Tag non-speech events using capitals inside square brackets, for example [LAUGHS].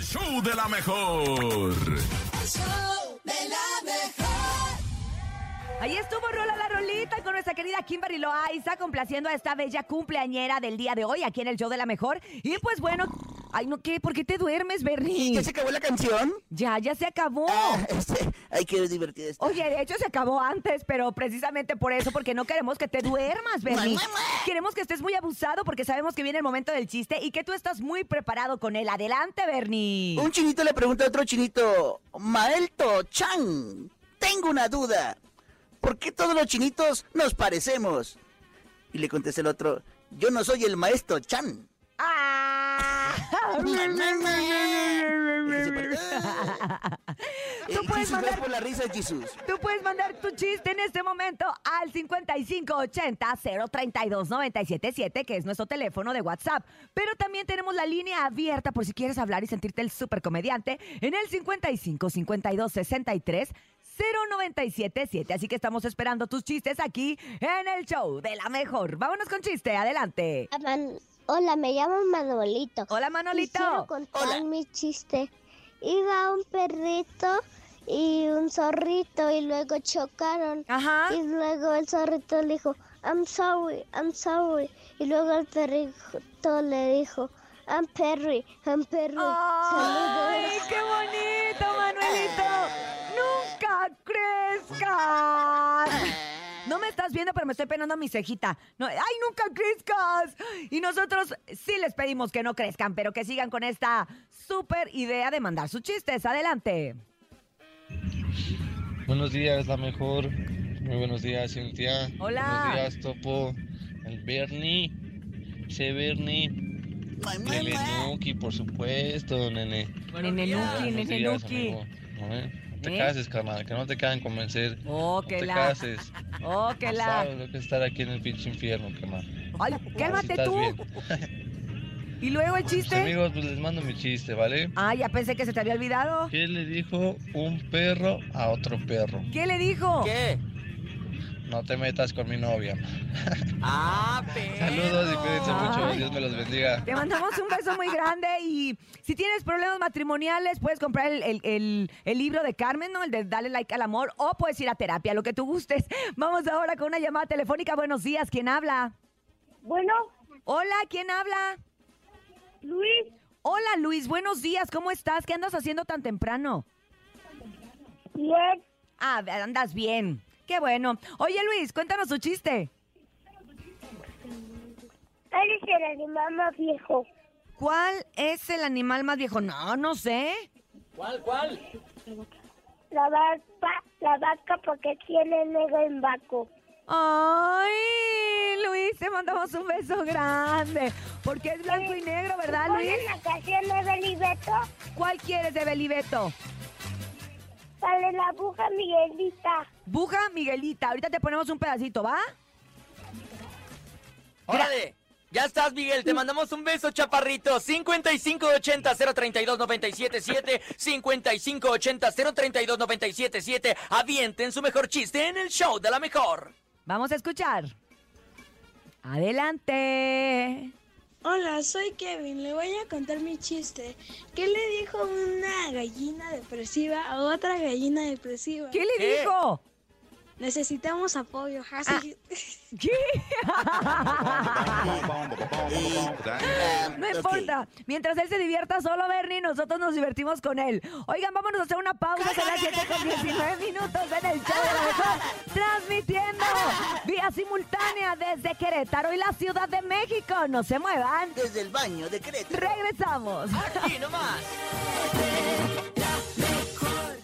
show de la mejor. El show de la mejor. Ahí estuvo Rola la Rolita con nuestra querida Kimberly Loaiza complaciendo a esta bella cumpleañera del día de hoy aquí en el show de la mejor. Y pues bueno, ay no, ¿qué? ¿Por qué te duermes, Berry? ¿Ya se acabó la canción? Ya, ya se acabó. Pues, Ah, este, ay, qué divertida esta. Oye, de hecho se acabó antes, pero precisamente por eso, porque no queremos que te duermas, Bernie. Queremos que estés muy abusado porque sabemos que viene el momento del chiste y que tú estás muy preparado con él. Adelante, Bernie. Un chinito le pregunta a otro chinito, Maelto Chan, tengo una duda. ¿Por qué todos los chinitos nos parecemos? Y le contesta el otro, yo no soy el maestro Chan. Ah. [LAUGHS] Ese se pare- Ah. Tú Eh, puedes Jesús, gracias mandar- por la risa, Jesús. Tú puedes mandar tu chiste en este momento al 5580-032-977, que es nuestro teléfono de WhatsApp. Pero también tenemos la línea abierta por si quieres hablar y sentirte el súper comediante en el 55-52-63. 0977, así que estamos esperando tus chistes aquí en el show de la mejor. Vámonos con chiste, adelante. Man- Hola, me llamo Manolito. Hola Quiero Manolito. contar Hola. mi chiste. Iba un perrito y un zorrito y luego chocaron. Ajá. Y luego el zorrito le dijo, I'm sorry, I'm sorry. Y luego el perrito le dijo, I'm Perry, I'm Perry. Saludos. ¡Ay, qué bonito, Manuelito! ¡Nunca crezcas! No me estás viendo, pero me estoy penando mi cejita. No, ¡Ay, nunca crezcas! Y nosotros sí les pedimos que no crezcan, pero que sigan con esta súper idea de mandar sus chistes. ¡Adelante! Buenos días, la mejor. Muy buenos días, Cintia. Hola. Buenos días, Topo. El Bernie. Che, Bernie. Nene Nuki, por supuesto, nene. Nenenuki, Buenos días, Nenenuki. amigo. ¿No, eh? No te ¿Eh? cases, carnal, que no te caen convencer. ¡Oh, No que te la! cases. ¡Oh, [LAUGHS] que No la! sabes lo que es estar aquí en el pinche infierno, carnal. ¡Ay, cálmate Estás tú! bien. Y luego el Mis chiste. amigos, pues les mando mi chiste, ¿vale? Ah, ya pensé que se te había olvidado. ¿Qué le dijo un perro a otro perro? ¿Qué le dijo? ¿Qué? No te metas con mi novia. Ah, pero. Saludos y cuídense mucho. Ay. Dios me los bendiga. Te mandamos un beso muy grande y si tienes problemas matrimoniales, puedes comprar el, el- el- el libro de Carmen, ¿no? El de Dale Like al Amor, o puedes ir a terapia, lo que tú gustes. Vamos ahora con una llamada telefónica. Buenos días, ¿quién habla? Bueno, Hola, ¿quién habla? Luis, Hola, Luis, buenos días, ¿cómo estás? ¿Qué andas haciendo tan temprano? bien, Ah, andas bien. Qué bueno. Oye, Luis, cuéntanos tu chiste. eres el animal más viejo. ¿Cuál es el animal más viejo? No, no sé. La vaca, la vaca porque tiene negro en vaco. Ay, Luis, te mandamos un beso grande. Porque es blanco y negro, ¿verdad, Luis? ¿Ponen la canción de Belibeto? ¿Cuál quieres de Belibeto? Sale la aguja Miguelita. Buja, Miguelita. Ahorita te ponemos un pedacito, ¿va? Órale. Ya estás, Miguel. Te mandamos un beso, chaparrito. 5580-032-977. 5580-032-977. Avienten su mejor chiste en el show de la mejor. Vamos a escuchar. Adelante. Hola, soy Kevin. Le voy a contar mi chiste. ¿Qué le dijo una gallina depresiva a otra gallina depresiva? ¿Qué le ¿Qué? dijo? Necesitamos apoyo. Así- ¿Qué? Eh, No Ok. importa. Mientras él se divierta solo, Bernie, nosotros nos divertimos con él. Oigan, vámonos a hacer una pausa. Son las 7 con 19 minutos en el show de la mejor. Transmitiendo vía simultánea desde Querétaro y la Ciudad de México. No se muevan. Desde el baño de Creta. Regresamos. Aquí nomás. La mejor.